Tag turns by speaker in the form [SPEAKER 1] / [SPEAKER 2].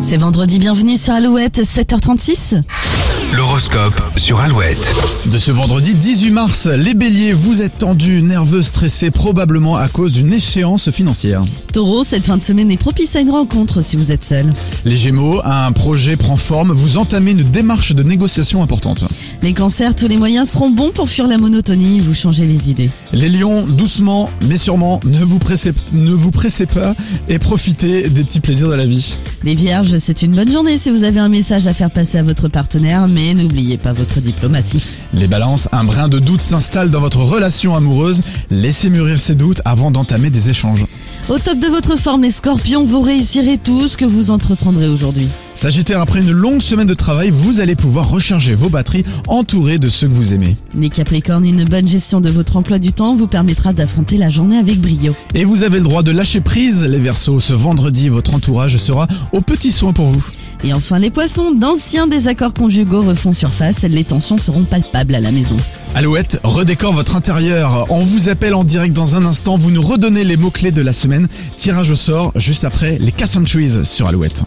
[SPEAKER 1] C'est vendredi, bienvenue sur Alouette, 7h36.
[SPEAKER 2] L'horoscope sur Alouette.
[SPEAKER 3] De ce vendredi 18 mars, les béliers, vous êtes tendus, nerveux, stressés, probablement à cause d'une échéance financière.
[SPEAKER 1] Taureau, cette fin de semaine est propice à une rencontre si vous êtes seul.
[SPEAKER 3] Les gémeaux, un projet prend forme, vous entamez une démarche de négociation importante.
[SPEAKER 1] Les cancers, tous les moyens seront bons pour fuir la monotonie, vous changez les idées.
[SPEAKER 3] Les lions, doucement, mais sûrement, ne vous pressez, ne vous pressez pas et profitez des petits plaisirs de la vie.
[SPEAKER 1] Les vierges, c'est une bonne journée si vous avez un message à faire passer à votre partenaire, mais n'oubliez pas votre diplomatie.
[SPEAKER 3] Les balances, un brin de doute s'installe dans votre relation amoureuse, laissez mûrir ces doutes avant d'entamer des échanges.
[SPEAKER 1] Au top de votre forme, les scorpions, vous réussirez tout ce que vous entreprendrez aujourd'hui.
[SPEAKER 3] Sagittaire, après une longue semaine de travail, vous allez pouvoir recharger vos batteries entouré de ceux que vous aimez.
[SPEAKER 1] Les capricornes, une bonne gestion de votre emploi du temps vous permettra d'affronter la journée avec brio.
[SPEAKER 3] Et vous avez le droit de lâcher prise, les Verseaux. Ce vendredi, votre entourage sera au petit soin pour vous.
[SPEAKER 1] Et enfin les poissons, d'anciens désaccords conjugaux refont surface, les tensions seront palpables à la maison.
[SPEAKER 3] Alouette, redécore votre intérieur. On vous appelle en direct dans un instant. Vous nous redonnez les mots-clés de la semaine. Tirage au sort juste après les Cassandrees sur Alouette.